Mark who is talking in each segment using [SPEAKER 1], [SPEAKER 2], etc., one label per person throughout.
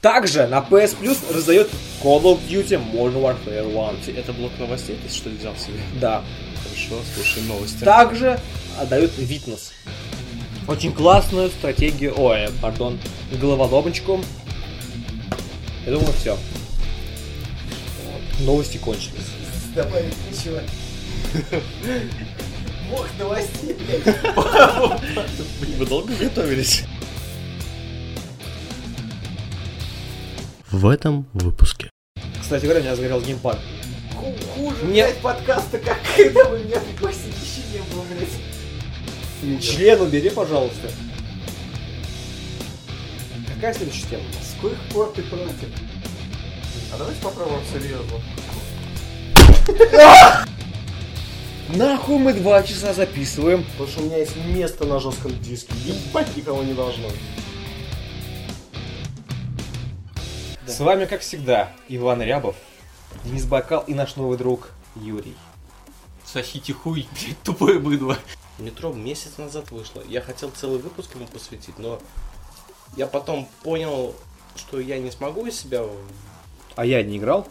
[SPEAKER 1] Также на PS Plus раздает Call of Duty Modern Warfare 1.
[SPEAKER 2] Это блок новостей, ты что ли взял себе?
[SPEAKER 1] Да.
[SPEAKER 2] Хорошо, слушай новости.
[SPEAKER 1] Также отдают Witness. Очень классную стратегию, ой, э, пардон, головоломочку. Я думаю, все. Новости кончились.
[SPEAKER 3] Добавить ничего. Бог новостей, блядь.
[SPEAKER 2] Вы долго готовились?
[SPEAKER 4] В этом выпуске.
[SPEAKER 1] Кстати говоря, у меня сгорел геймпад.
[SPEAKER 3] Ху- Хуже,
[SPEAKER 1] Мне-
[SPEAKER 3] блядь, подкаста, как когда вы меня пригласили, еще не было, блядь.
[SPEAKER 1] Член убери, пожалуйста. Какая следующая тема?
[SPEAKER 3] С коих пор ты против? А давайте попробуем серьезно.
[SPEAKER 1] Нахуй мы два часа записываем.
[SPEAKER 5] Потому что у меня есть место на жестком диске. Ебать никого не должно.
[SPEAKER 1] С вами, как всегда, Иван Рябов, Денис Бакал и наш новый друг Юрий.
[SPEAKER 2] Сосите хуй, блядь, тупое быдло. Метро месяц назад вышло. Я хотел целый выпуск ему посвятить, но я потом понял, что я не смогу из себя
[SPEAKER 1] А я не играл.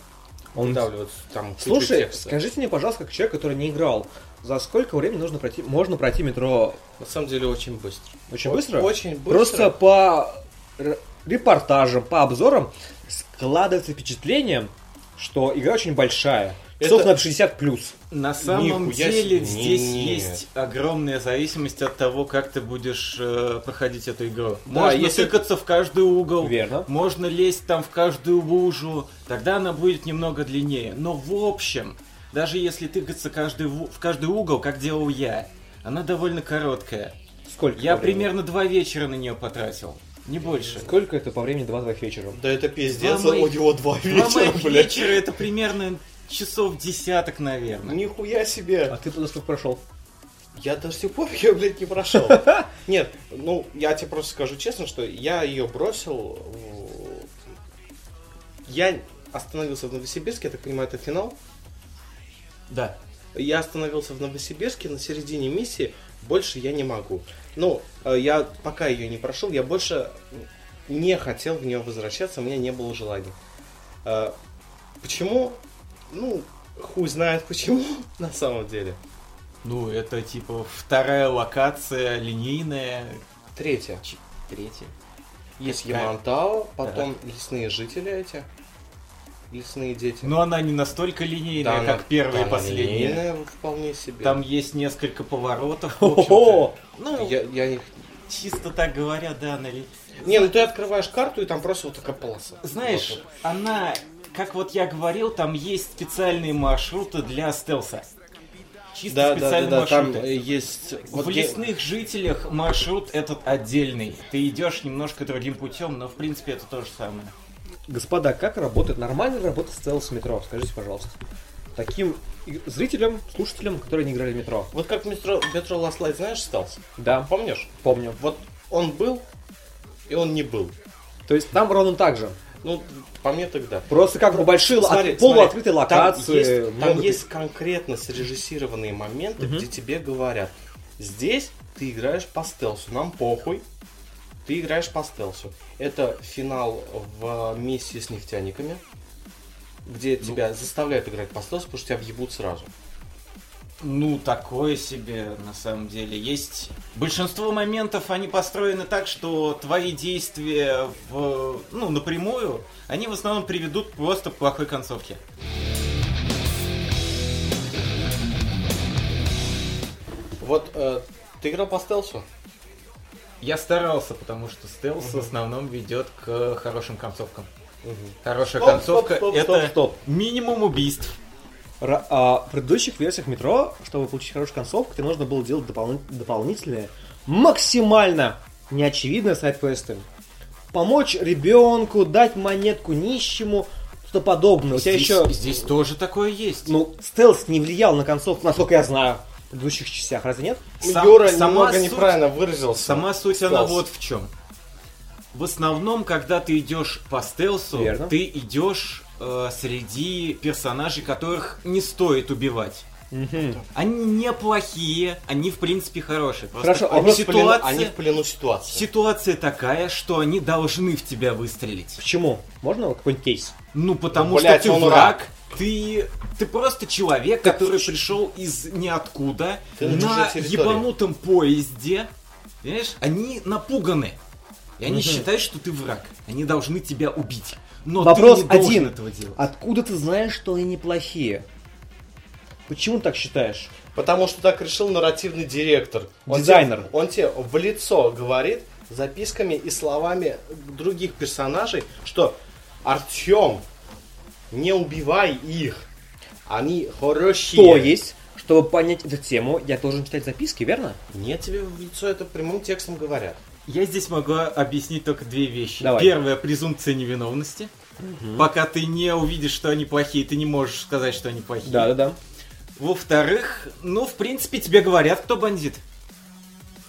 [SPEAKER 1] Он
[SPEAKER 2] выдавливать там кучу
[SPEAKER 1] Слушай,
[SPEAKER 2] текста.
[SPEAKER 1] скажите мне, пожалуйста, как человек, который не играл, за сколько времени нужно пройти, можно пройти метро
[SPEAKER 2] На самом деле очень быстро.
[SPEAKER 1] очень
[SPEAKER 2] О-
[SPEAKER 1] быстро?
[SPEAKER 2] Очень быстро.
[SPEAKER 1] Просто по р- репортажам, по обзорам складывается впечатление, что игра очень большая.
[SPEAKER 2] Это-
[SPEAKER 1] Часов на 60 плюс.
[SPEAKER 6] На самом
[SPEAKER 2] Нихуя
[SPEAKER 6] деле
[SPEAKER 2] себе.
[SPEAKER 6] здесь
[SPEAKER 2] Не-не.
[SPEAKER 6] есть огромная зависимость от того, как ты будешь э, проходить эту игру.
[SPEAKER 1] Да,
[SPEAKER 6] Можно
[SPEAKER 1] если-
[SPEAKER 6] тыкаться в каждый угол,
[SPEAKER 1] Верно.
[SPEAKER 6] можно лезть там в каждую лужу, тогда она будет немного длиннее. Но в общем, даже если тыкаться каждый в, в каждый угол, как делал я, она довольно короткая.
[SPEAKER 1] Сколько?
[SPEAKER 6] Я
[SPEAKER 1] по времени?
[SPEAKER 6] примерно два вечера на нее потратил. Не больше.
[SPEAKER 1] Сколько это по времени 2 двоих вечера?
[SPEAKER 2] Да это пиздец,
[SPEAKER 6] Два моих-
[SPEAKER 2] у него два
[SPEAKER 6] Два
[SPEAKER 2] вечера,
[SPEAKER 6] моих
[SPEAKER 2] блядь.
[SPEAKER 6] вечера это примерно часов десяток, наверное.
[SPEAKER 2] Нихуя себе.
[SPEAKER 1] А ты туда сколько прошел?
[SPEAKER 2] Я до сих пор ее, блядь, не прошел. Нет, ну, я тебе просто скажу честно, что я ее бросил. в- Я остановился в Новосибирске, я так понимаю, это финал.
[SPEAKER 6] Да.
[SPEAKER 2] Я остановился в Новосибирске на середине миссии, больше я не могу. Ну, э, я пока ее не прошел, я больше не хотел в нее возвращаться, у меня не было желания. Э, Почему? Ну, хуй знает почему, на самом деле.
[SPEAKER 6] Ну, это типа вторая локация, линейная.
[SPEAKER 2] Третье.
[SPEAKER 6] Третья.
[SPEAKER 2] Есть
[SPEAKER 6] Какая?
[SPEAKER 2] Ямантао, потом лесные жители эти. Лесные дети.
[SPEAKER 6] Но она не настолько линейная, Ну, как первая и последняя.
[SPEAKER 2] последняя. Вполне себе.
[SPEAKER 6] Там есть несколько поворотов. в
[SPEAKER 1] О,
[SPEAKER 6] общем-то. Ну,
[SPEAKER 2] Я, я не...
[SPEAKER 6] чисто так говоря, да, она... ли-
[SPEAKER 2] не, ну ты открываешь карту, и там просто вот такая полоса.
[SPEAKER 6] Знаешь, она, как вот я говорил, там есть специальные маршруты для стелса. Чисто
[SPEAKER 2] Да, да, да,
[SPEAKER 6] специальные
[SPEAKER 2] да, там
[SPEAKER 6] маршруты.
[SPEAKER 2] э, есть... вот
[SPEAKER 6] в
[SPEAKER 2] я-
[SPEAKER 6] лесных жителях маршрут этот отдельный. Ты идешь немножко другим путем, но в принципе это то же самое.
[SPEAKER 1] Господа, как работает нормально работает стелс в метро? Скажите, пожалуйста. Таким и- зрителям, слушателям, которые не играли в метро.
[SPEAKER 2] Вот как метро, метро Last Light, знаешь, остался?
[SPEAKER 1] Да,
[SPEAKER 2] Помнишь?
[SPEAKER 1] помню.
[SPEAKER 2] Вот он был, и он не был.
[SPEAKER 1] То есть там ровно так же.
[SPEAKER 2] Ну, по мне тогда.
[SPEAKER 1] Просто как бы большие ло-
[SPEAKER 2] Смотри,
[SPEAKER 1] от- полуоткрытые
[SPEAKER 2] смотри, там
[SPEAKER 1] локации.
[SPEAKER 2] есть- Там есть,
[SPEAKER 1] много-
[SPEAKER 2] конкретно срежиссированные моменты, где тебе говорят, здесь ты играешь по стелсу, нам похуй, ты играешь по стелсу. Это финал в миссии с нефтяниками, где тебя заставляют играть по стелсу, потому что тебя въебут сразу.
[SPEAKER 6] Ну, такое себе, на самом деле. Есть... Большинство моментов, они построены так, что твои действия в... ну, напрямую, они в основном приведут просто к плохой концовке.
[SPEAKER 2] Вот э, ты играл по стелсу?
[SPEAKER 6] Я старался, потому что стелс в основном ведет к э, хорошим концовкам. Хорошая
[SPEAKER 2] Стоп,
[SPEAKER 6] концовка
[SPEAKER 2] стоп, стоп,
[SPEAKER 6] это
[SPEAKER 1] Стоп.
[SPEAKER 6] минимум убийств.
[SPEAKER 1] Ра- а, в предыдущих версиях метро, чтобы получить хорошую концовку, тебе нужно было делать допол- дополнительные, максимально неочевидные сайт-квесты. Помочь ребенку, дать монетку нищему, что-то подобное. У тебя
[SPEAKER 6] здесь,
[SPEAKER 1] еще...
[SPEAKER 6] здесь тоже такое есть.
[SPEAKER 1] Ну, стелс не влиял на концовку, насколько я знаю, в предыдущих частях, разве нет?
[SPEAKER 6] Сам-
[SPEAKER 2] Юра
[SPEAKER 6] сама
[SPEAKER 2] немного
[SPEAKER 6] суть-
[SPEAKER 2] неправильно выразился.
[SPEAKER 6] Сама суть она
[SPEAKER 2] Стелс.
[SPEAKER 6] вот в чем. В основном, когда ты идешь по стелсу,
[SPEAKER 1] Верно.
[SPEAKER 6] ты идешь э, среди персонажей, которых не стоит убивать.
[SPEAKER 1] Мгм.
[SPEAKER 6] Они неплохие, они в принципе хорошие. Просто
[SPEAKER 1] Хорошо, а
[SPEAKER 6] они
[SPEAKER 1] вот
[SPEAKER 2] в плену-
[SPEAKER 6] ситуация,
[SPEAKER 2] они в плену ситуации.
[SPEAKER 6] ситуация такая, что они должны в тебя выстрелить.
[SPEAKER 1] Почему? Можно вот какой-нибудь кейс?
[SPEAKER 6] Ну потому
[SPEAKER 2] Блядь,
[SPEAKER 6] что ты
[SPEAKER 2] он
[SPEAKER 6] враг, ты ты просто человек,
[SPEAKER 2] Как
[SPEAKER 6] который
[SPEAKER 2] в ч-
[SPEAKER 6] пришел из ниоткуда
[SPEAKER 2] Ты на
[SPEAKER 6] на
[SPEAKER 2] чужой территории.
[SPEAKER 6] ебанутом поезде. Понимаешь? Они напуганы. И они
[SPEAKER 1] Мгм.
[SPEAKER 6] считают, что ты враг. Они должны тебя убить. Но
[SPEAKER 1] Вопрос
[SPEAKER 6] ты не должен
[SPEAKER 1] один.
[SPEAKER 6] этого делать.
[SPEAKER 1] Откуда ты знаешь, что они неплохие? Почему так считаешь?
[SPEAKER 2] Потому что так решил нарративный директор. Он
[SPEAKER 1] Дизайнер.
[SPEAKER 2] тебе- он тебе в лицо говорит записками и словами других персонажей, что Артем, не убивай их. Они хорошие.
[SPEAKER 1] То есть, чтобы понять эту тему, я должен читать записки, верно?
[SPEAKER 2] Нет, тебе в лицо это прямым текстом говорят.
[SPEAKER 6] Я здесь могу объяснить только две вещи.
[SPEAKER 1] Давай.
[SPEAKER 6] Первая презумпция невиновности. Пока ты не увидишь, что они плохие, ты не можешь сказать, что они плохие.
[SPEAKER 1] Да-да-да.
[SPEAKER 6] Во-вторых, ну, в принципе, тебе говорят, кто бандит.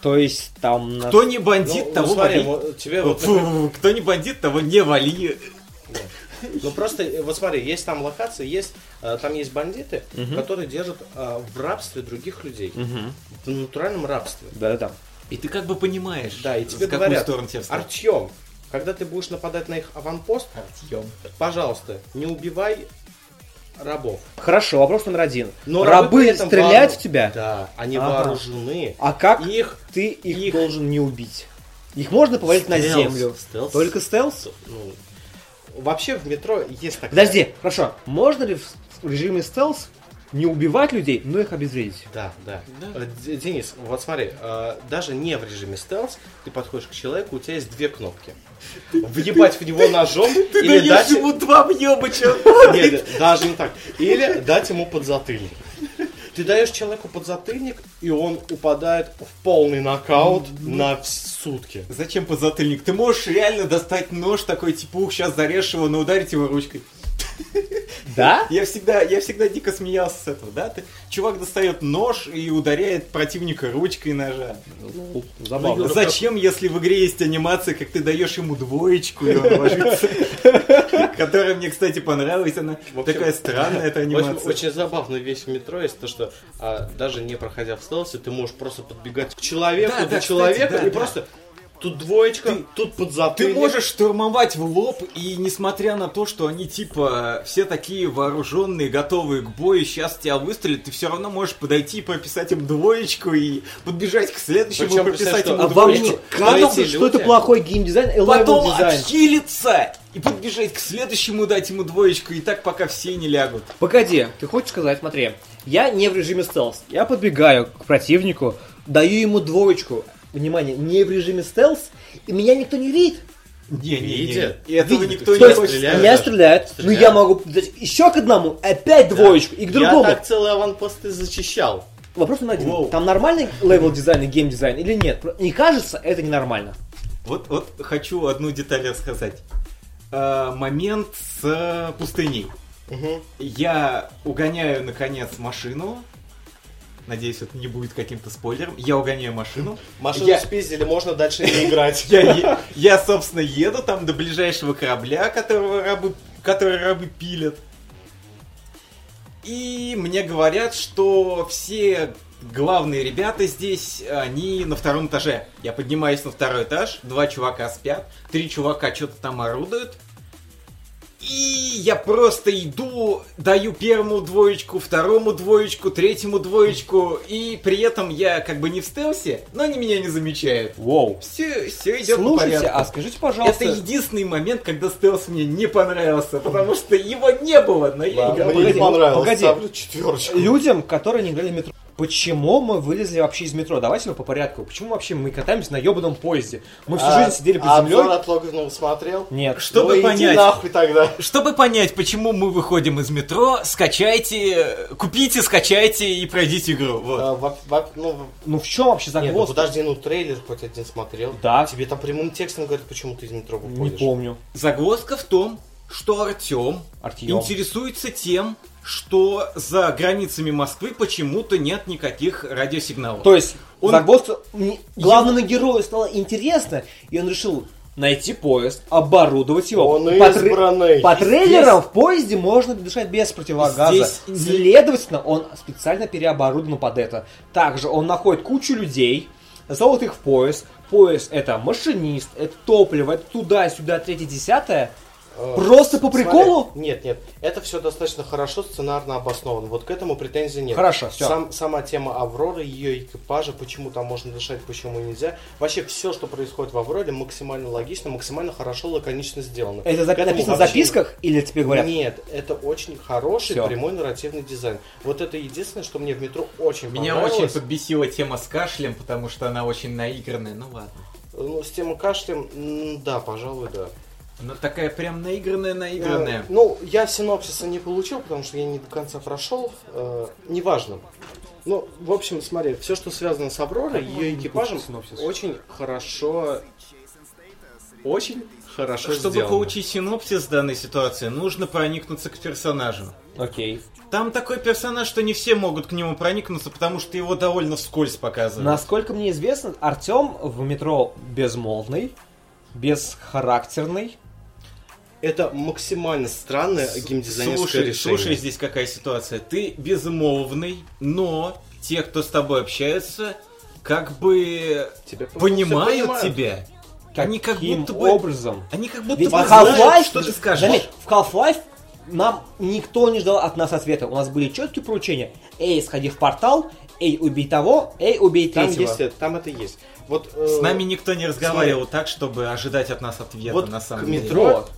[SPEAKER 1] То есть, там... на-
[SPEAKER 6] Кто не бандит,
[SPEAKER 2] ну,
[SPEAKER 6] того
[SPEAKER 2] ну, смотри,
[SPEAKER 6] вали.
[SPEAKER 2] вот тебе вот,
[SPEAKER 6] Фу, кто не бандит, того не вали.
[SPEAKER 2] Ну просто, э, вот смотри, есть там локации, есть, э, там есть бандиты, которые держат э, в рабстве других людей.
[SPEAKER 1] Мгм.
[SPEAKER 2] В натуральном рабстве.
[SPEAKER 1] Да-да-да.
[SPEAKER 6] И ты как бы понимаешь,
[SPEAKER 2] Да, и тебе
[SPEAKER 6] в какую
[SPEAKER 2] говорят,
[SPEAKER 6] сторону тебя встать.
[SPEAKER 2] Артем, когда ты будешь нападать на их аванпост,
[SPEAKER 6] Артём.
[SPEAKER 2] пожалуйста, не убивай рабов.
[SPEAKER 1] Хорошо, вопрос номер один.
[SPEAKER 2] Но
[SPEAKER 1] Рабы,
[SPEAKER 2] при этом
[SPEAKER 1] стреляют
[SPEAKER 2] воору-
[SPEAKER 1] в тебя?
[SPEAKER 2] Да, они
[SPEAKER 1] Ага.
[SPEAKER 2] вооружены.
[SPEAKER 1] А как
[SPEAKER 2] Их
[SPEAKER 1] ты их,
[SPEAKER 2] их-
[SPEAKER 1] должен не убить? Их можно повалить на
[SPEAKER 2] стелс-
[SPEAKER 1] землю?
[SPEAKER 2] стелс-
[SPEAKER 1] Только стелс?
[SPEAKER 2] ну, вообще в метро есть такая...
[SPEAKER 1] Подожди, хорошо. Можно ли в с- в режиме стелс не убивать людей, но их обезвредить?
[SPEAKER 2] Да, да.
[SPEAKER 6] Да.
[SPEAKER 2] Э, Д- Денис, вот смотри, э, даже не в режиме стелс, ты подходишь к человеку, у тебя есть две кнопки. Въебать в него ножом или дать...
[SPEAKER 6] два въёбыча.
[SPEAKER 2] Нет, даже не так. Или дать ему подзатыльник. Ты даешь человеку подзатыльник, и он упадает в полный нокаут на вс- сутки.
[SPEAKER 6] Зачем подзатыльник? Ты можешь реально достать нож такой, типа, ух, сейчас зарежь его, но ударить его ручкой.
[SPEAKER 1] Да?
[SPEAKER 6] Я всегда, я всегда дико смеялся с этого, да? Ты, чувак достает нож и ударяет противника ручкой ножа.
[SPEAKER 1] Забавно.
[SPEAKER 2] Ну, Юра,
[SPEAKER 6] Зачем, если в игре есть анимация, как ты даешь ему двоечку, и он ложится? Которая мне, кстати, понравилась. Она
[SPEAKER 2] В общем,
[SPEAKER 6] такая странная, эта
[SPEAKER 2] Очень,
[SPEAKER 6] анимация.
[SPEAKER 2] очень забавная вещь в метро есть то, что а, даже не проходя в стелсе, ты можешь просто подбегать к человеку,
[SPEAKER 6] Да,
[SPEAKER 2] до
[SPEAKER 6] да,
[SPEAKER 2] человека,
[SPEAKER 6] кстати, да,
[SPEAKER 2] и
[SPEAKER 6] да.
[SPEAKER 2] просто тут двоечка, тут
[SPEAKER 6] Ты
[SPEAKER 2] подзатыльник.
[SPEAKER 6] можешь штурмовать в лоб, и несмотря на то, что они типа все такие вооруженные, готовые к бою, сейчас тебя выстрелят, ты все равно можешь подойти и прописать им двоечку и подбежать к следующему
[SPEAKER 2] Причем,
[SPEAKER 6] и прописать
[SPEAKER 2] представь,
[SPEAKER 6] ему
[SPEAKER 2] что-
[SPEAKER 1] А вам
[SPEAKER 2] Эти-
[SPEAKER 1] не
[SPEAKER 6] двоечку.
[SPEAKER 2] но
[SPEAKER 1] кажется,
[SPEAKER 2] эти
[SPEAKER 1] что это
[SPEAKER 2] ну, люди-
[SPEAKER 1] плохой геймдизайн и
[SPEAKER 6] Потом
[SPEAKER 1] дизайн?
[SPEAKER 6] отхилиться и подбежать к следующему, дать ему двоечку, и так пока все не лягут.
[SPEAKER 1] Погоди, ты хочешь сказать, смотри, я не в режиме стелс. Я подбегаю к противнику, даю ему двоечку. Внимание, не в режиме стелс, и меня никто не видит.
[SPEAKER 6] Не-не-не.
[SPEAKER 2] Видят.
[SPEAKER 6] И этого
[SPEAKER 2] Видят.
[SPEAKER 6] никто
[SPEAKER 2] То
[SPEAKER 6] не
[SPEAKER 2] есть
[SPEAKER 6] хочет.
[SPEAKER 2] стреляют
[SPEAKER 1] меня
[SPEAKER 2] даже.
[SPEAKER 1] стреляют,
[SPEAKER 2] Стреляют.
[SPEAKER 1] но я могу подойти еще к одному, опять двоечку, и к другому.
[SPEAKER 2] Я так целый аванпост и зачищал.
[SPEAKER 1] Вопрос номер один.
[SPEAKER 6] Воу.
[SPEAKER 1] Там нормальный левел дизайн и геймдизайн или нет? Про- Не кажется, это ненормально.
[SPEAKER 6] Вот, вот хочу одну деталь рассказать. Э, момент с э, пустыней. Я угоняю, наконец, машину. Надеюсь, это не будет каким-то спойлером. Я угоняю машину.
[SPEAKER 2] Машину
[SPEAKER 6] Я-
[SPEAKER 2] спиздили, можно дальше не играть.
[SPEAKER 6] Я, е- я, собственно, еду там до ближайшего корабля, которого рабы, который рабы пилят. И мне говорят, что все главные ребята здесь, они на втором этаже. Я поднимаюсь на второй этаж, два чувака спят, три чувака что-то там орудуют. И я просто иду, даю первому двоечку, второму двоечку, третьему двоечку, и при этом я как бы не в стелсе, но они меня не замечают.
[SPEAKER 1] Воу.
[SPEAKER 6] Все,
[SPEAKER 1] Слушайте,
[SPEAKER 6] идет по порядку.
[SPEAKER 1] а скажите, пожалуйста,
[SPEAKER 6] Это единственный момент, когда стелс мне не понравился, потому что его не было, но я
[SPEAKER 1] Да,
[SPEAKER 6] играл.
[SPEAKER 1] погоди,
[SPEAKER 3] Мне не понравилось,
[SPEAKER 1] погоди.
[SPEAKER 3] ставлю четверочку.
[SPEAKER 1] людям, которые не играли в метро. Почему мы вылезли вообще из метро? Давайте мы по порядку. Почему вообще мы катаемся на ебаном поезде? Мы всю
[SPEAKER 3] А-
[SPEAKER 1] жизнь сидели под
[SPEAKER 3] а
[SPEAKER 1] землей.
[SPEAKER 3] Обзор от Логвинова смотрел?
[SPEAKER 1] Нет.
[SPEAKER 6] Чтобы
[SPEAKER 3] Ну, иди
[SPEAKER 6] понять,
[SPEAKER 3] нахуй тогда.
[SPEAKER 6] чтобы понять, почему мы выходим из метро, скачайте, э, купите, скачайте и пройдите игру. Вот.
[SPEAKER 2] А, во- во- ну, в-
[SPEAKER 1] Ну в чем вообще
[SPEAKER 2] нет, ну,
[SPEAKER 1] загвоздка?
[SPEAKER 2] подожди, ну трейлер хоть один смотрел.
[SPEAKER 1] Да.
[SPEAKER 2] Тебе там прямым текстом говорят, почему ты из метро
[SPEAKER 1] Не
[SPEAKER 2] выходишь.
[SPEAKER 1] помню.
[SPEAKER 6] Загвоздка в том, что Артем
[SPEAKER 1] Артем.
[SPEAKER 6] интересуется тем, что за границами Москвы почему-то нет никаких радиосигналов.
[SPEAKER 1] То есть
[SPEAKER 6] Он-
[SPEAKER 1] загвоздка... мне- Главному герою стало интересно, и он решил, найти поезд, оборудовать его.
[SPEAKER 5] Он
[SPEAKER 1] по, тре-
[SPEAKER 5] избранный.
[SPEAKER 1] по трейлерам в поезде можно дышать без противогаза.
[SPEAKER 6] Здесь не-
[SPEAKER 1] Следовательно, он специально переоборудован под это. Также он находит кучу людей, зовут их в поезд. Поезд это машинист, это топливо, это туда-сюда, третье, десятое.
[SPEAKER 2] Э,
[SPEAKER 1] Просто по
[SPEAKER 2] смотри,
[SPEAKER 1] приколу?
[SPEAKER 2] Нет, нет. Это все достаточно хорошо, сценарно обосновано. Вот к этому претензий нет.
[SPEAKER 1] Хорошо, все.
[SPEAKER 2] Сам- сама тема Авроры, ее экипажа, почему там можно дышать, почему нельзя. Вообще все, что происходит в Авроре, максимально логично, максимально хорошо, лаконично сделано.
[SPEAKER 1] Это за-
[SPEAKER 2] К этому
[SPEAKER 1] написано в
[SPEAKER 2] вообще-
[SPEAKER 1] записках или тебе говорят?
[SPEAKER 2] Нет, это очень хороший
[SPEAKER 1] Всё.
[SPEAKER 2] прямой нарративный дизайн. Вот это единственное, что мне в метро очень
[SPEAKER 7] Меня
[SPEAKER 2] понравилось.
[SPEAKER 7] очень подбесила тема с кашлем, потому что она очень наигранная. Ну ладно.
[SPEAKER 2] Ну, с темой кашлем, м, да, пожалуй, да.
[SPEAKER 7] Она такая прям наигранная,
[SPEAKER 2] Э,
[SPEAKER 7] наигранная.
[SPEAKER 2] Ну, я синопсиса не получил, потому что я не до конца прошел. Э, неважно. Ну, в общем, смотри, все, что связано с Авророй, ее экипажем, очень хорошо... Очень хорошо
[SPEAKER 6] Чтобы
[SPEAKER 2] сделано.
[SPEAKER 6] получить синопсис данной ситуации, нужно проникнуться к персонажу.
[SPEAKER 1] Окей.
[SPEAKER 6] Там такой персонаж, что не все могут к нему проникнуться, потому что его довольно вскользь показывают.
[SPEAKER 1] Насколько мне известно, Артем в метро безмолвный, бесхарактерный.
[SPEAKER 2] Это максимально странное геймдизайнерское
[SPEAKER 6] Слушай,
[SPEAKER 2] решение.
[SPEAKER 6] слушай, здесь какая ситуация. Ты безмолвный, но те, кто с тобой общаются, как бы
[SPEAKER 2] Тебя, по-моему, все
[SPEAKER 6] понимают тебя. Они как
[SPEAKER 1] Каким
[SPEAKER 6] будто бы-
[SPEAKER 1] образом?
[SPEAKER 6] Они как будто
[SPEAKER 1] Ведь в
[SPEAKER 6] бы знают,
[SPEAKER 1] Half-Life,
[SPEAKER 6] что ты скажешь.
[SPEAKER 1] заметь, в Half-Life нам никто не ждал от нас ответа. У нас были четкие поручения. Эй, сходи в портал, эй, убей того, эй, убей
[SPEAKER 2] Там,
[SPEAKER 1] третьего.
[SPEAKER 2] есть, это- там это есть. Вот, э,
[SPEAKER 6] С нами никто не разговаривал так, чтобы ожидать от нас ответа
[SPEAKER 2] вот
[SPEAKER 6] на самом
[SPEAKER 2] к
[SPEAKER 6] деле.
[SPEAKER 2] метро,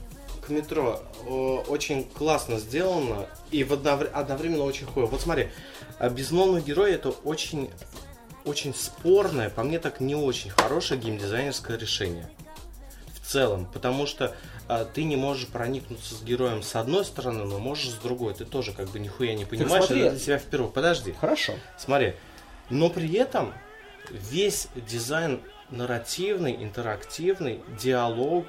[SPEAKER 2] к метро э, очень классно сделано и в одновр- одновременно очень хуево. Вот смотри, а безмолвный герой это очень очень спорное, по мне так не очень хорошее геймдизайнерское решение в целом, потому что а, ты не можешь проникнуться с героем с одной стороны, но можешь с другой. Ты тоже как бы нихуя не понимаешь,
[SPEAKER 1] смотри.
[SPEAKER 2] это для тебя впервые. Подожди.
[SPEAKER 1] Хорошо.
[SPEAKER 2] Смотри, но при этом весь дизайн нарративный, интерактивный, диалог,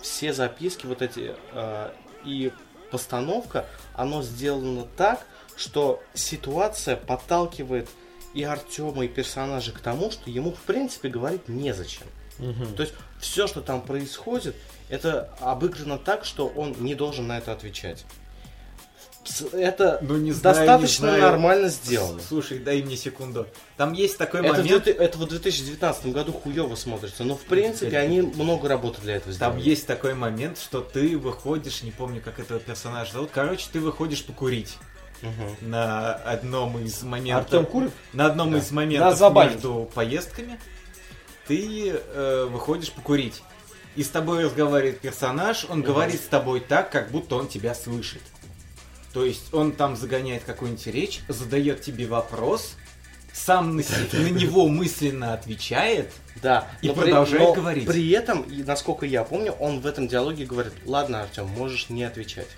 [SPEAKER 2] все записки вот эти э, и постановка, оно сделано так, что ситуация подталкивает и Артема, и персонажа к тому, что ему в принципе говорить незачем. То есть все, что там происходит, это обыграно так, что он не должен на это отвечать. С- Это
[SPEAKER 7] Ну не знаю, не
[SPEAKER 2] достаточно
[SPEAKER 7] знаю.
[SPEAKER 2] нормально сделано.
[SPEAKER 7] С- Слушай, дай мне секунду. Там есть такой
[SPEAKER 2] Это, в
[SPEAKER 7] момент.
[SPEAKER 2] две- это вот в 2019 году хуево смотрится, но в принципе они много работы для этого сделали.
[SPEAKER 6] Там есть такой момент, что ты выходишь, не помню, как этого персонажа зовут. Короче, ты выходишь покурить
[SPEAKER 2] Мгм.
[SPEAKER 6] на одном из моментов.
[SPEAKER 1] Артем Куров?
[SPEAKER 6] На одном из
[SPEAKER 1] Нас
[SPEAKER 6] моментов
[SPEAKER 1] забанят.
[SPEAKER 6] между поездками ты э, выходишь покурить. И с тобой разговаривает персонаж, он говорит с тобой так, как будто он тебя слышит. То есть он там загоняет какую-нибудь речь, задает тебе вопрос, сам на, се- на него мысленно отвечает.
[SPEAKER 2] Да.
[SPEAKER 6] И
[SPEAKER 2] но при-
[SPEAKER 6] продолжает
[SPEAKER 2] но
[SPEAKER 6] говорить.
[SPEAKER 2] При этом, и насколько я помню, он в этом диалоге говорит, ладно, Артем, можешь не отвечать.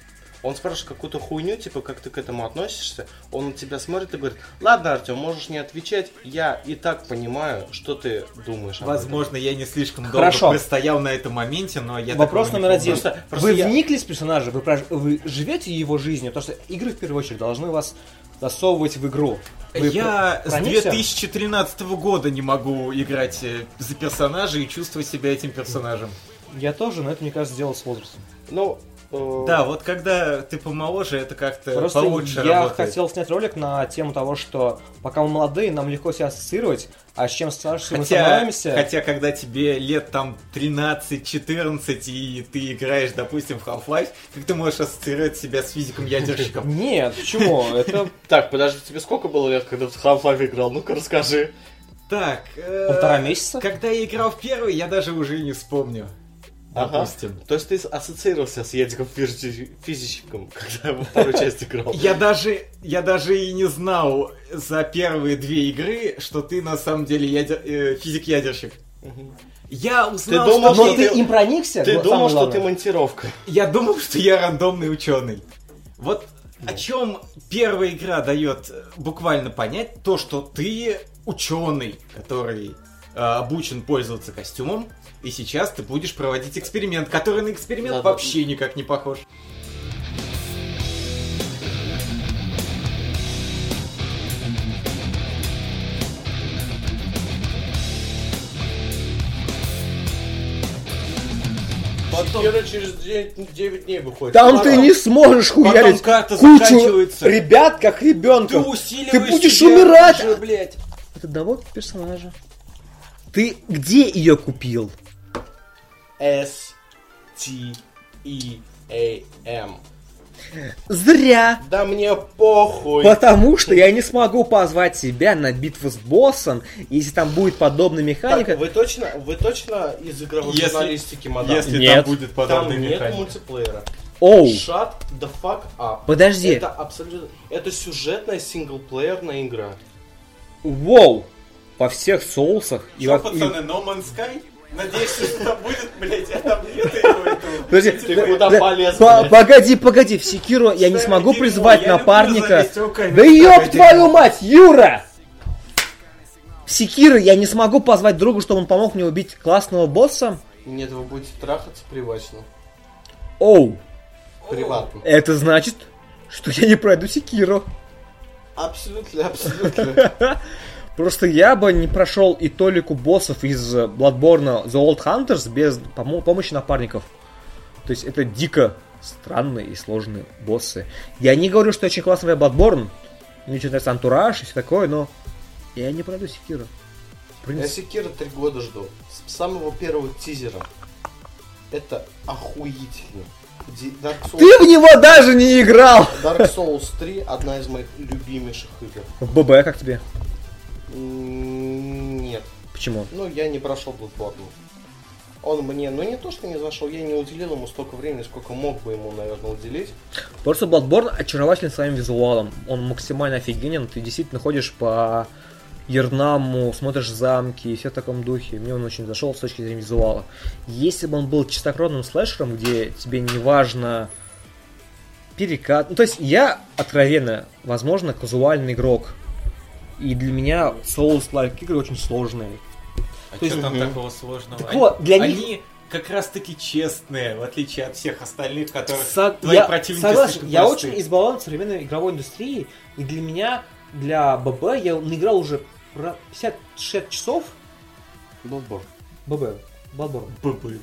[SPEAKER 2] Он спрашивает какую-то хуйню, типа, как ты к этому относишься. Он на тебя смотрит и говорит, ладно, Артем, можешь не отвечать. Я и так понимаю, что ты думаешь. об этом».
[SPEAKER 6] Возможно, я не слишком
[SPEAKER 1] А Хорошо.
[SPEAKER 6] долго простоял на этом моменте, но я
[SPEAKER 1] Вопрос
[SPEAKER 6] такого не
[SPEAKER 1] номер один.
[SPEAKER 6] помню.
[SPEAKER 2] Просто, просто
[SPEAKER 1] Вы
[SPEAKER 2] я-
[SPEAKER 1] вникли с персонажа, вы, прож- вы живете его жизнью, потому что игры в первую очередь должны вас засовывать в игру. Вы
[SPEAKER 6] Я
[SPEAKER 1] про-
[SPEAKER 6] с
[SPEAKER 1] проникся?
[SPEAKER 6] 2013 года не могу играть э, за персонажа и чувствовать себя этим персонажем.
[SPEAKER 1] Я тоже, но это, мне кажется, дело с возрастом.
[SPEAKER 2] Ну, э,
[SPEAKER 6] Да, вот когда ты помоложе, это как-то
[SPEAKER 1] Просто
[SPEAKER 6] получше
[SPEAKER 1] я
[SPEAKER 6] работает.
[SPEAKER 1] хотел снять ролик на тему того, что пока мы молодые, нам легко себя ассоциировать, а с чем старше мы
[SPEAKER 6] Хотя,
[SPEAKER 1] становимся...
[SPEAKER 6] хотя, когда тебе лет там 13-14, и ты играешь, допустим, в Half-Life, как ты можешь ассоциировать себя с физиком-ядерщиком?
[SPEAKER 1] Нет, почему? Это
[SPEAKER 5] Так, подожди, тебе сколько было лет, когда ты в Half-Life играл? Ну-ка расскажи.
[SPEAKER 6] Так, э,
[SPEAKER 1] полтора месяца?
[SPEAKER 6] когда я играл в первый, я даже уже не вспомню.
[SPEAKER 5] Ага.
[SPEAKER 6] Допустим.
[SPEAKER 5] То есть ты ассоциировался с Едиком физи- Физичиком, когда во вторую часть играл?
[SPEAKER 6] Я даже, я даже и не знал за первые две игры, что ты на самом деле ядер- э, физик-ядерщик. Я узнал,
[SPEAKER 5] Ты думал,
[SPEAKER 6] что...
[SPEAKER 1] Но
[SPEAKER 5] что
[SPEAKER 1] ты
[SPEAKER 5] ты-
[SPEAKER 1] им проникся?
[SPEAKER 5] Ты
[SPEAKER 1] гла-
[SPEAKER 5] думал,
[SPEAKER 1] самое
[SPEAKER 5] что ты
[SPEAKER 1] главное.
[SPEAKER 5] монтировка.
[SPEAKER 6] Я думал, что я рандомный ученый. Вот о чем первая игра дает э, буквально понять, то, что ты ученый, который э, обучен пользоваться костюмом, и сейчас ты будешь проводить эксперимент, который на эксперимент
[SPEAKER 5] Ладно.
[SPEAKER 6] вообще никак не похож. Потом-
[SPEAKER 2] Секира через 9 дней выходит.
[SPEAKER 1] Там
[SPEAKER 2] Потом-
[SPEAKER 1] ты не сможешь хуярить
[SPEAKER 6] карта
[SPEAKER 1] кучу
[SPEAKER 6] заканчивается.
[SPEAKER 1] ребят, как
[SPEAKER 6] Ты
[SPEAKER 1] ребенка.
[SPEAKER 6] усиливаешь
[SPEAKER 1] Ты будешь
[SPEAKER 6] себя
[SPEAKER 1] умирать.
[SPEAKER 6] уже, блядь.
[SPEAKER 1] От одного персонажа. Ты где ее купил?
[SPEAKER 2] S T E A M.
[SPEAKER 1] Зря.
[SPEAKER 2] Да мне похуй.
[SPEAKER 1] Потому что я не смогу позвать тебя на битву с боссом, если там будет подобная
[SPEAKER 2] Так,
[SPEAKER 1] механика.
[SPEAKER 2] вы точно, вы точно из игровой
[SPEAKER 6] Если-
[SPEAKER 2] журналистики, мадам?
[SPEAKER 7] Если
[SPEAKER 1] Нет.
[SPEAKER 7] там будет
[SPEAKER 2] Там
[SPEAKER 7] подобный
[SPEAKER 2] нет
[SPEAKER 7] механик.
[SPEAKER 2] мультиплеера.
[SPEAKER 1] Оу,
[SPEAKER 2] Shut the fuck up.
[SPEAKER 1] подожди.
[SPEAKER 2] Это абсолютно... Это сюжетная синглплеерная игра.
[SPEAKER 1] Воу. Во всех соусах. И во-
[SPEAKER 7] Чё,
[SPEAKER 1] и-
[SPEAKER 7] пацаны, No Man's Sky? Надеюсь, что там будет, блядь, а там нет его этого.
[SPEAKER 1] Подожди, да-
[SPEAKER 2] куда
[SPEAKER 1] да-
[SPEAKER 2] полез,
[SPEAKER 1] по-
[SPEAKER 2] блядь?
[SPEAKER 1] погоди, погоди, в Секиро я не
[SPEAKER 7] Ставь
[SPEAKER 1] смогу
[SPEAKER 7] дерьмо,
[SPEAKER 1] призвать
[SPEAKER 7] я люблю
[SPEAKER 1] напарника.
[SPEAKER 7] залезть руками
[SPEAKER 1] Да
[SPEAKER 7] в
[SPEAKER 1] ёб
[SPEAKER 7] такое
[SPEAKER 1] твою
[SPEAKER 7] дерьмо.
[SPEAKER 1] мать, Юра! В Секиро я не смогу позвать друга, чтобы он помог мне убить классного босса?
[SPEAKER 2] Нет, вы будете трахаться привачно.
[SPEAKER 1] Оу,
[SPEAKER 2] Приватно.
[SPEAKER 1] это значит, что я не пройду Секиро.
[SPEAKER 2] Абсолютно, абсолютно.
[SPEAKER 1] Просто я бы не прошел и толику боссов из э, Bloodborne The Old Hunters без помо- помощи напарников. То есть это дико странные и сложные боссы. Я не говорю, что очень классный Bloodborne. Мне очень нравится антураж и все такое, но я не пройду Секира.
[SPEAKER 2] Я Секира три года жду. С самого первого тизера. Это охуительно. Ди- Dark Souls,
[SPEAKER 1] Ты в него даже не играл!
[SPEAKER 2] Dark Souls 3 одна из моих любимейших игр.
[SPEAKER 1] В ББ как тебе?
[SPEAKER 2] М, Нет.
[SPEAKER 1] Почему?
[SPEAKER 2] Ну, я не прошел Bloodborne. Он мне, ну не то, что не зашел, я не уделил ему столько времени, сколько мог бы ему, наверное, уделить.
[SPEAKER 1] Просто Bloodborne очарователен своим визуалом. Он максимально офигенен. Ты действительно ходишь по Ернаму, смотришь замки и все в таком духе. Мне он очень зашел с точки зрения визуала. Если бы он был чистокровным слэшером, где тебе не важно перекат... Ну, то есть я, откровенно, возможно, казуальный игрок. И для меня Souls-like игры очень сложные.
[SPEAKER 6] А
[SPEAKER 1] То есть-
[SPEAKER 6] что там
[SPEAKER 2] Мгм.
[SPEAKER 6] такого сложного?
[SPEAKER 1] Так
[SPEAKER 6] Они-
[SPEAKER 1] вот, для них-
[SPEAKER 6] Они как раз таки честные, в отличие от всех остальных, которых...
[SPEAKER 1] Со-
[SPEAKER 6] Э, твои
[SPEAKER 1] я
[SPEAKER 6] противники
[SPEAKER 1] согласен,
[SPEAKER 6] слишком
[SPEAKER 1] я
[SPEAKER 6] просты.
[SPEAKER 1] очень избалован современной игровой индустрией, и для меня, для ББ, я наиграл уже про 56 часов
[SPEAKER 2] Bloodborne.
[SPEAKER 1] ББ, Bloodborne.
[SPEAKER 6] Б-б-б.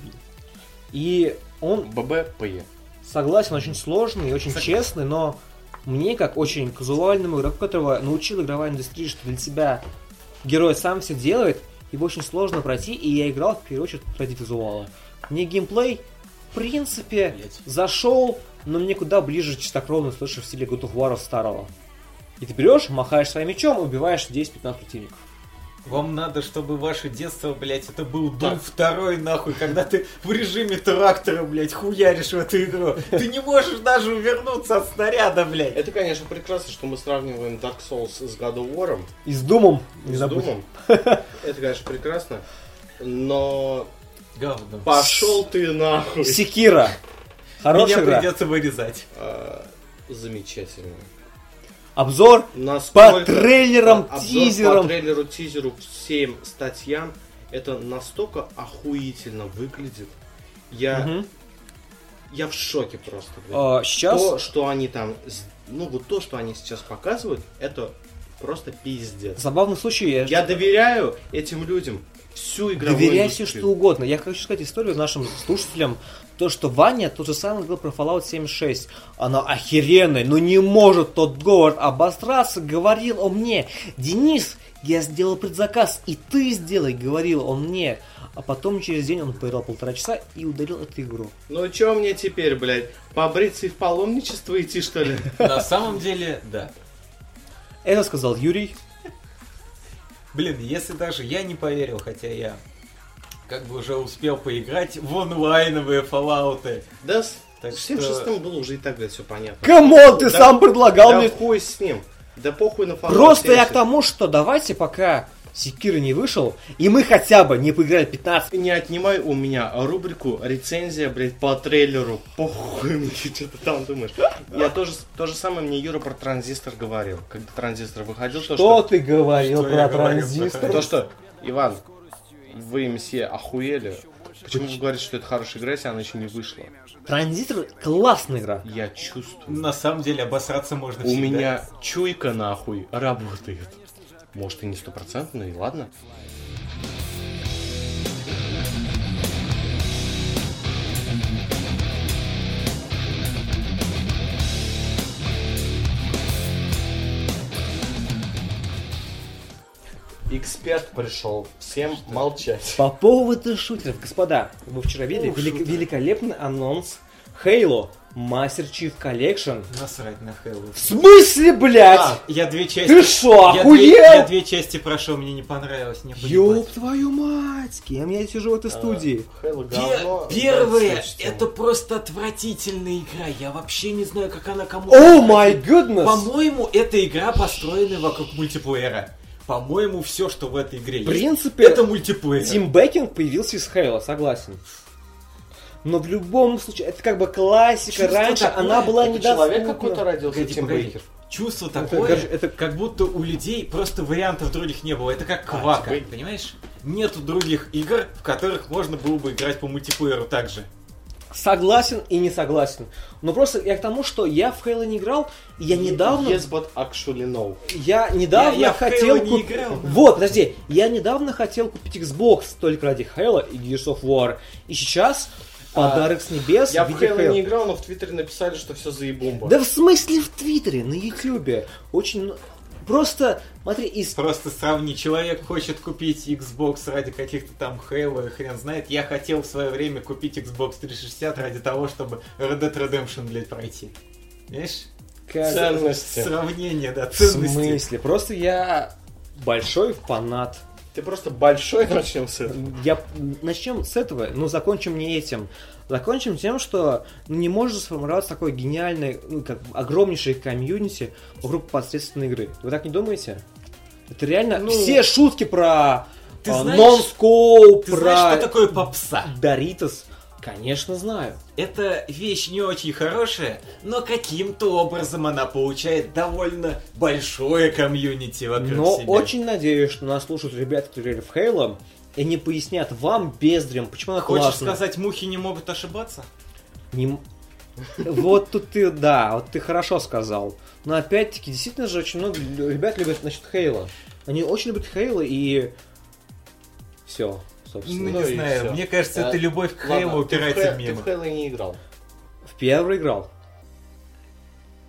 [SPEAKER 1] И он,
[SPEAKER 2] ББПЕ.
[SPEAKER 1] согласен, очень сложный и очень честный, но мне, как очень казуальному игроку, которого научила игровая индустрия, что для тебя герой сам все делает, его очень сложно пройти, и я играл в первую очередь ради визуала. Мне геймплей, в принципе,
[SPEAKER 6] Блядь.
[SPEAKER 1] зашел, но мне куда ближе чистокровно слышу в стиле God of War старого. И ты берешь, махаешь своим мечом, и убиваешь 10-15 противников.
[SPEAKER 6] Вам надо, чтобы ваше детство, блядь, это был Дум второй, нахуй, когда ты в режиме трактора, блядь, хуяришь в эту игру. Ты не можешь даже увернуться от снаряда, блядь.
[SPEAKER 2] Это, конечно, прекрасно, что мы сравниваем Dark Souls с God of War.
[SPEAKER 1] И с Думом, не
[SPEAKER 2] с
[SPEAKER 1] забудь.
[SPEAKER 2] Думом. Это, конечно, прекрасно. Но
[SPEAKER 6] Говно.
[SPEAKER 2] пошел ты нахуй.
[SPEAKER 1] Секира.
[SPEAKER 6] Меня
[SPEAKER 1] Хорошая игра.
[SPEAKER 6] придется вырезать.
[SPEAKER 2] А, Замечательно.
[SPEAKER 1] Обзор по
[SPEAKER 2] Насколько-
[SPEAKER 1] трейлерам,
[SPEAKER 2] Обзор По
[SPEAKER 1] тизерам.
[SPEAKER 2] трейлеру, тизеру, всем статьям. Это настолько охуительно выглядит. Я,
[SPEAKER 1] Мгм.
[SPEAKER 2] я в шоке просто. блядь.
[SPEAKER 1] А, Сейчас
[SPEAKER 2] То, что они там... с- Ну, вот то, что они сейчас показывают, это просто пиздец.
[SPEAKER 1] забавный случай. Я,
[SPEAKER 2] Я доверяю этим людям всю игровую
[SPEAKER 1] доверяю все
[SPEAKER 2] индустрию.
[SPEAKER 1] что угодно. Я хочу сказать историю нашим слушателям. То, что Ваня тот же самый говорил про Fallout 76. Она охеренная, но не может тот город обосраться. Говорил он мне, Денис, я сделал предзаказ, и ты сделай, говорил он мне. А потом через день он поиграл полтора часа и удалил эту игру.
[SPEAKER 2] Ну чё мне теперь, блядь, побриться и в паломничество идти, что ли?
[SPEAKER 6] На самом деле, да.
[SPEAKER 1] Это сказал Юрий.
[SPEAKER 6] Блин, если даже я не поверил, хотя я как бы уже успел поиграть в онлайновые фалауты.
[SPEAKER 2] Да, с-
[SPEAKER 6] Так
[SPEAKER 2] в 76 было уже и так, блядь, все понятно.
[SPEAKER 1] Камон, ты
[SPEAKER 2] Да-
[SPEAKER 1] сам предлагал
[SPEAKER 2] да
[SPEAKER 1] мне
[SPEAKER 2] хуй с ним. Да похуй на фанат.
[SPEAKER 1] Просто я к тому, что давайте пока Секира не вышел, и мы хотя бы не поиграли 15
[SPEAKER 2] Не отнимай у меня рубрику рецензия, блядь, по трейлеру. Похуй мне, что ты там думаешь. Я тоже, то же самое мне Юра про транзистор говорил. Когда транзистор выходил, то
[SPEAKER 1] Что
[SPEAKER 2] что...
[SPEAKER 1] ты говорил
[SPEAKER 6] Что
[SPEAKER 1] про
[SPEAKER 6] я говорил
[SPEAKER 1] транзистор?
[SPEAKER 2] То что, Иван, вы МСЕ охуели. Почему вы говорите, что это хорошая игра, если она еще не вышла?
[SPEAKER 1] Транзистор классная игра.
[SPEAKER 2] Я чувствую.
[SPEAKER 6] На самом деле обосраться можно
[SPEAKER 2] У
[SPEAKER 6] всегда.
[SPEAKER 2] меня чуйка нахуй работает. Может и не стопроцентно, и ладно. Эксперт пришел. Всем молчать.
[SPEAKER 1] По поводу шутеров, господа, вы вчера видели
[SPEAKER 2] Ух,
[SPEAKER 1] велик-
[SPEAKER 2] шутер.
[SPEAKER 1] великолепный анонс Halo Master Chief Collection.
[SPEAKER 6] Насрать на Хэллоу.
[SPEAKER 1] В смысле, блядь?
[SPEAKER 6] А, я две части...
[SPEAKER 1] Ты шо,
[SPEAKER 6] я две, я
[SPEAKER 1] охуел?
[SPEAKER 6] две части прошел, мне не понравилось, не
[SPEAKER 1] Ёб твою мать, с кем я сижу в этой студии?
[SPEAKER 2] Хэлло говно.
[SPEAKER 7] Пе- Первое,
[SPEAKER 2] Значит,
[SPEAKER 7] это просто отвратительная игра. Я вообще не знаю, как она кому...
[SPEAKER 1] О май гуднес!
[SPEAKER 6] По-моему, эта игра построена вокруг мультиплеера. По-моему, все, что в этой игре
[SPEAKER 1] В
[SPEAKER 6] есть,
[SPEAKER 1] принципе,
[SPEAKER 6] это мультиплеер.
[SPEAKER 1] тимбэкинг появился из Halo, согласен. Но в любом случае, это как бы классика.
[SPEAKER 6] Чувство
[SPEAKER 1] Раньше
[SPEAKER 6] такое,
[SPEAKER 1] она была
[SPEAKER 2] Это человек
[SPEAKER 1] недоступна.
[SPEAKER 2] какой-то родился,
[SPEAKER 6] Погоди,
[SPEAKER 2] Тим
[SPEAKER 6] погоди.
[SPEAKER 2] Бейкер.
[SPEAKER 6] Чувство
[SPEAKER 1] Это
[SPEAKER 6] такое,
[SPEAKER 1] даже- это-
[SPEAKER 6] как будто у людей просто вариантов других не было. Это как
[SPEAKER 1] А,
[SPEAKER 6] квака,
[SPEAKER 2] типа-
[SPEAKER 6] понимаешь? Нету других игр, в которых можно было бы играть по мультиплееру также.
[SPEAKER 1] Согласен и не согласен. Но просто я к тому, что я в Halo не играл, и я недавно...
[SPEAKER 2] Yes, but actually no.
[SPEAKER 1] Я недавно
[SPEAKER 6] Я- я в
[SPEAKER 1] хотел
[SPEAKER 6] Halo не
[SPEAKER 1] куп-
[SPEAKER 6] играл, да.
[SPEAKER 1] Вот, подожди, я недавно хотел купить Xbox только ради Halo и Gears of War. И сейчас подарок с небес
[SPEAKER 2] Я
[SPEAKER 1] в
[SPEAKER 2] в
[SPEAKER 1] виде
[SPEAKER 2] Хэлло
[SPEAKER 1] Halo.
[SPEAKER 2] не играл, но в Твиттере написали, что все заебумба.
[SPEAKER 1] Да в смысле в Твиттере, на Ютубе. Очень... мно- Просто, смотри, из...
[SPEAKER 6] Просто сравни, человек хочет купить Xbox ради каких-то там Halo, и хрен знает. Я хотел в свое время купить Xbox 360 ради того, чтобы Red Dead Redemption, блядь, пройти. Видишь?
[SPEAKER 1] Как-
[SPEAKER 2] Ценности.
[SPEAKER 6] Сравнение, да,
[SPEAKER 1] В
[SPEAKER 6] ценности.
[SPEAKER 1] смысле? Просто я большой фанат.
[SPEAKER 2] Ты просто большой начнем с этого.
[SPEAKER 1] Я... Начнем с этого, но закончим не этим. Закончим тем, что ну, не может сформироваться такой гениальный, ну, как огромнейший комьюнити вокруг посредственной игры. Вы так не думаете? Это реально все шутки про
[SPEAKER 6] Ну, Ты
[SPEAKER 1] а,
[SPEAKER 6] знаешь-
[SPEAKER 1] нон-скоуп,
[SPEAKER 6] Ты
[SPEAKER 1] про
[SPEAKER 6] знаешь, что такое попса?
[SPEAKER 1] Доритос. Конечно, знаю.
[SPEAKER 6] Это вещь не очень хорошая, но каким-то образом она получает довольно большое комьюнити вокруг
[SPEAKER 1] Но
[SPEAKER 6] себя.
[SPEAKER 1] очень надеюсь, что нас слушают ребята, которые играли в Хейлом, и они пояснят вам, бездрем, почему она
[SPEAKER 6] Хочешь
[SPEAKER 1] классная.
[SPEAKER 6] сказать, мухи не могут ошибаться?
[SPEAKER 1] Не м- Вот тут ты, да, вот ты хорошо сказал. Но опять-таки, действительно же, очень много лю- ребят любят, значит, Хейла. Они очень любят Хейла и... Все,
[SPEAKER 6] Ну,
[SPEAKER 1] собственно.
[SPEAKER 2] Ну
[SPEAKER 6] не
[SPEAKER 2] и
[SPEAKER 6] знаю,
[SPEAKER 2] всё.
[SPEAKER 6] мне кажется,
[SPEAKER 2] Да.
[SPEAKER 6] эта любовь к Хейлу
[SPEAKER 2] Ладно, ты в
[SPEAKER 6] упирается
[SPEAKER 2] Хэ-
[SPEAKER 6] в
[SPEAKER 2] Ты
[SPEAKER 6] мимо.
[SPEAKER 2] в Хэлло не играл.
[SPEAKER 1] В первый играл.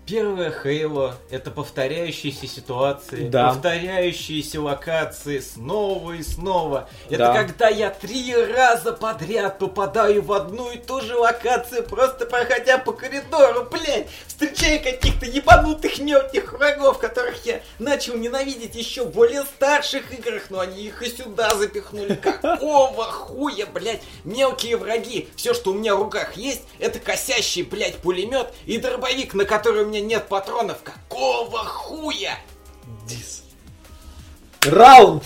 [SPEAKER 6] Первое Хейло — это повторяющиеся ситуации,
[SPEAKER 1] Да.
[SPEAKER 6] повторяющиеся локации снова и снова. Это
[SPEAKER 1] Да.
[SPEAKER 6] когда я три раза подряд попадаю в одну и ту же локацию, просто проходя по коридору, блядь, встречая каких-то ебанутых мелких врагов, которых я начал ненавидеть еще в более старших играх, но они их и сюда запихнули. Какого хуя, блядь, мелкие враги. Все, что у меня в руках есть, это косящий, блядь, пулемет и дробовик, на который у меня нет патронов. Какого хуя?
[SPEAKER 1] Раунд!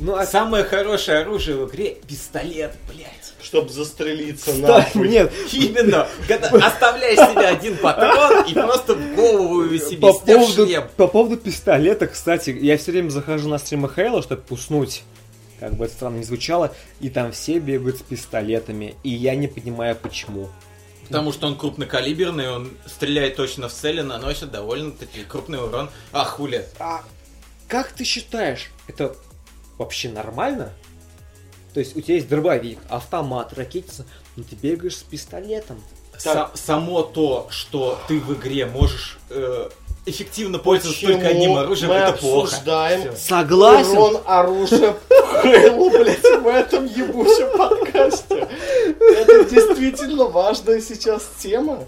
[SPEAKER 1] Ну, а...
[SPEAKER 6] Самое хорошее оружие в игре пистолет, блядь.
[SPEAKER 2] Чтобы застрелиться
[SPEAKER 1] Да,
[SPEAKER 2] нахуй.
[SPEAKER 1] нет,
[SPEAKER 6] Именно, когда оставляешь себе один патрон и просто в голову его себе
[SPEAKER 1] по
[SPEAKER 6] с тем
[SPEAKER 1] поводу,
[SPEAKER 6] шлем.
[SPEAKER 1] по поводу пистолета, кстати, я все время захожу на стримы Хейла, чтобы уснуть. Как бы это странно не звучало, и там все бегают с пистолетами, и я не понимаю почему.
[SPEAKER 6] Потому что он крупнокалиберный, он стреляет точно в цели, наносит довольно-таки крупный урон. А хули.
[SPEAKER 1] А как ты считаешь, это вообще нормально? То есть у тебя есть дробовик, автомат, ракетница, но ты бегаешь с пистолетом.
[SPEAKER 6] Са- само то, что ты в игре можешь э, эффективно пользоваться только
[SPEAKER 2] Почему
[SPEAKER 6] одним оружием,
[SPEAKER 2] мы
[SPEAKER 6] это плохо.
[SPEAKER 2] обсуждаем
[SPEAKER 1] Согласен.
[SPEAKER 2] урон оружия Хэлло, блядь, в этом ебучем подкасте. Это действительно важная сейчас тема.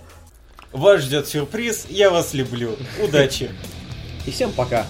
[SPEAKER 6] Вас ждет сюрприз, я вас люблю. Удачи.
[SPEAKER 1] И всем пока.